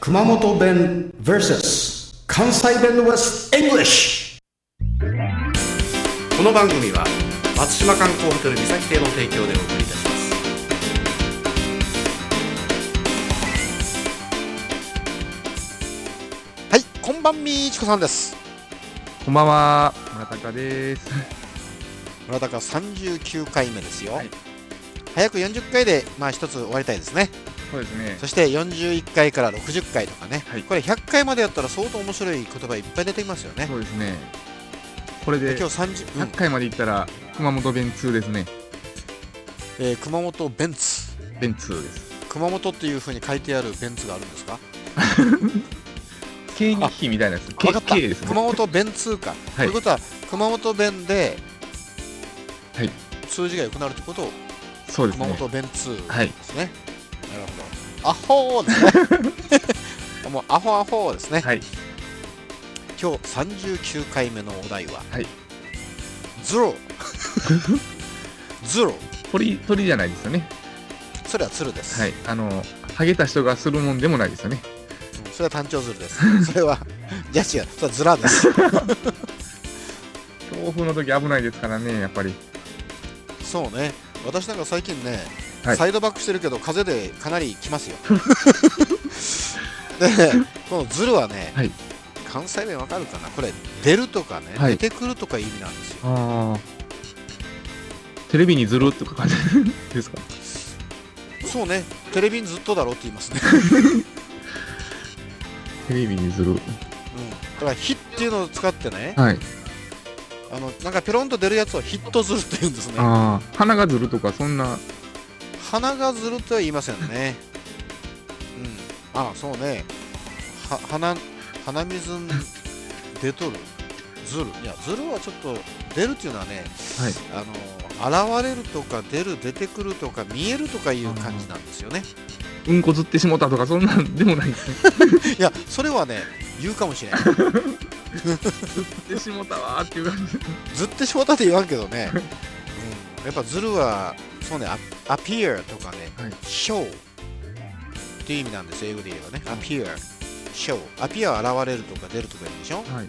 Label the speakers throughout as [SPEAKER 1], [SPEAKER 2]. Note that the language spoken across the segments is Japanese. [SPEAKER 1] 熊本弁 vs 関西弁 vs English
[SPEAKER 2] この番組は松島観光ホテル三崎邸の提供でお送りいたしますはいこんばんみちこさんです
[SPEAKER 3] こんばんは、村高です。
[SPEAKER 2] 村高39回目ですよ、
[SPEAKER 3] はい
[SPEAKER 2] 早く40回でまあ一つ終わりたいですね
[SPEAKER 3] そうですね。
[SPEAKER 2] そして41回から60回とかね、
[SPEAKER 3] はい
[SPEAKER 2] これ100回までやったら相当面白い言葉いっぱい出てきますよね
[SPEAKER 3] そうですね。これ
[SPEAKER 2] で
[SPEAKER 3] で
[SPEAKER 2] 今日30、うん
[SPEAKER 3] 100回までいったら熊本弁通ですね。
[SPEAKER 2] えー熊本ベンツ
[SPEAKER 3] 弁通です。
[SPEAKER 2] 熊本っていう風に書いてあるベンツがあるんですか
[SPEAKER 3] K 日記みたいなやつ。
[SPEAKER 2] わ
[SPEAKER 3] K,
[SPEAKER 2] かった
[SPEAKER 3] K ですね。
[SPEAKER 2] 熊本弁通か、ということは熊本弁で、
[SPEAKER 3] はい
[SPEAKER 2] 数字が良くなるってことを
[SPEAKER 3] そうです
[SPEAKER 2] 熊
[SPEAKER 3] ね。
[SPEAKER 2] 本弁通で
[SPEAKER 3] はい。
[SPEAKER 2] すね、なるほどアホーですね もうアホアホーですね、
[SPEAKER 3] はい。
[SPEAKER 2] 今日39回目のお題は、
[SPEAKER 3] はい
[SPEAKER 2] ズロ ズロ
[SPEAKER 3] 鳥、鳥じゃないですよね。
[SPEAKER 2] それは鶴です、
[SPEAKER 3] はい。あの、ハゲた人がするもんでもないですよね。
[SPEAKER 2] うんそれは単調鶴ですそれはじゃあ違うそれはズラです
[SPEAKER 3] 強風の時危ないですからね、やっぱり。
[SPEAKER 2] そうね私なんか最近ね、
[SPEAKER 3] はい
[SPEAKER 2] サイドバックしてるけど風でかなり来ます よでこのズルはね、
[SPEAKER 3] はい
[SPEAKER 2] 関西弁わかるかなこれ出るとかね、
[SPEAKER 3] はい
[SPEAKER 2] 出てくるとかいう意味なんですよ
[SPEAKER 3] ああ。テレビにずるっとか感じですか。
[SPEAKER 2] そうねテレビにずっとだろうって言い ますね、
[SPEAKER 3] テレビにずる。
[SPEAKER 2] うん、だから「ヒ」っていうのを使ってね
[SPEAKER 3] はい。
[SPEAKER 2] あのなんかペロンと出るやつをヒットズルって言うんですね
[SPEAKER 3] ああ。鼻がずるとか、そんな。
[SPEAKER 2] 鼻がずるとは言いませんね。うん。あそうね。は鼻、鼻水ん出とる。ずる。いや、ずるはちょっと、出るっていうのはね、
[SPEAKER 3] は
[SPEAKER 2] あ
[SPEAKER 3] い
[SPEAKER 2] の、現れるとか、出る、出てくるとか、見えるとかいう感じなんですよね。
[SPEAKER 3] うんこずってしもたとか、そんなんでもないですね。
[SPEAKER 2] いや、それはね、言うかもしれん。
[SPEAKER 3] ってしもたわーっていう感じ
[SPEAKER 2] ずってしもたって言わんけど ね。うん。やっぱずるは、そうね、アピ p アとかね、
[SPEAKER 3] はい
[SPEAKER 2] ショーっていう意味なんですよ、英語で言えばね。アピ p ア、ショー。アピ r は現れるとか出るとか言うんでしょ
[SPEAKER 3] はい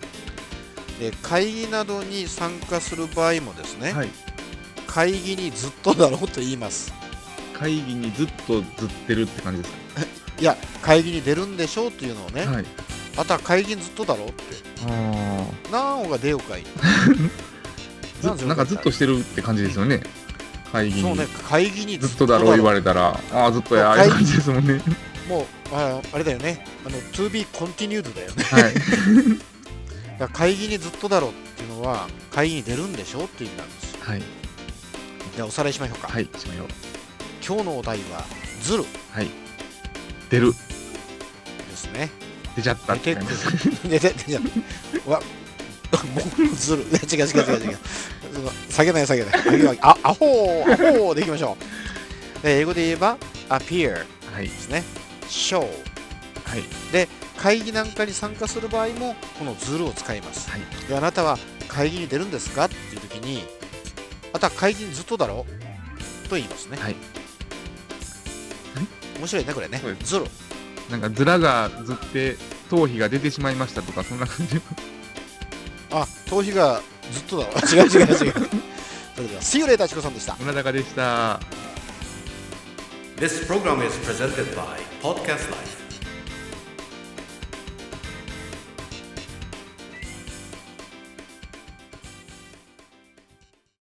[SPEAKER 2] で会議などに参加する場合もですね、
[SPEAKER 3] はい
[SPEAKER 2] 会議にずっとだろうと言います
[SPEAKER 3] 会議にずっとずってるって感じです
[SPEAKER 2] いや会議に出るんでしょうっていうのをね、
[SPEAKER 3] かはい
[SPEAKER 2] あとは会議にずっとだろうって
[SPEAKER 3] あ
[SPEAKER 2] 何をが出よう かい
[SPEAKER 3] あずなんかずっとしてるって感じですよね会議
[SPEAKER 2] そう
[SPEAKER 3] に
[SPEAKER 2] ね会議に
[SPEAKER 3] ずっとだろう言わ
[SPEAKER 2] れ
[SPEAKER 3] れたらああずっとやあ
[SPEAKER 2] そ
[SPEAKER 3] あ
[SPEAKER 2] う
[SPEAKER 3] いう感じですもんね
[SPEAKER 2] もうああれだよねあの to be continued だよね
[SPEAKER 3] は
[SPEAKER 2] だ
[SPEAKER 3] い
[SPEAKER 2] から会議にずっとだろうっていうのは会議に出るんでしょうっていう意味なんです
[SPEAKER 3] はい
[SPEAKER 2] ではおさらいしましょうか、
[SPEAKER 3] はいしまよう
[SPEAKER 2] 今日のお題はズル
[SPEAKER 3] はい出る
[SPEAKER 2] ですね
[SPEAKER 3] 出ちゃったって
[SPEAKER 2] 出て
[SPEAKER 3] 感
[SPEAKER 2] く
[SPEAKER 3] じで す
[SPEAKER 2] る。出てじゃわもうずる。 いや違う違う違う違う。その下げない下げない。上げないあアホーアホーでいきましょう。で英語で言えば appear
[SPEAKER 3] はい
[SPEAKER 2] ですね。show
[SPEAKER 3] はい
[SPEAKER 2] 会議なんかに参加する場合もこのズルを使います。
[SPEAKER 3] はい
[SPEAKER 2] であなたは会議に出るんですかっていう時にあなたは会議にずっとだろと言いますね。
[SPEAKER 3] はい
[SPEAKER 2] 面白いねこれね
[SPEAKER 3] そうで。
[SPEAKER 2] ズル。
[SPEAKER 3] なんかズラがずって頭皮が出てしまいましたとかそんな感じ
[SPEAKER 2] あ頭皮がずっとだろ。 違う違う違う。それでは See you later チコさんでした。
[SPEAKER 3] 村高でした
[SPEAKER 4] This program is presented by Podcast Life.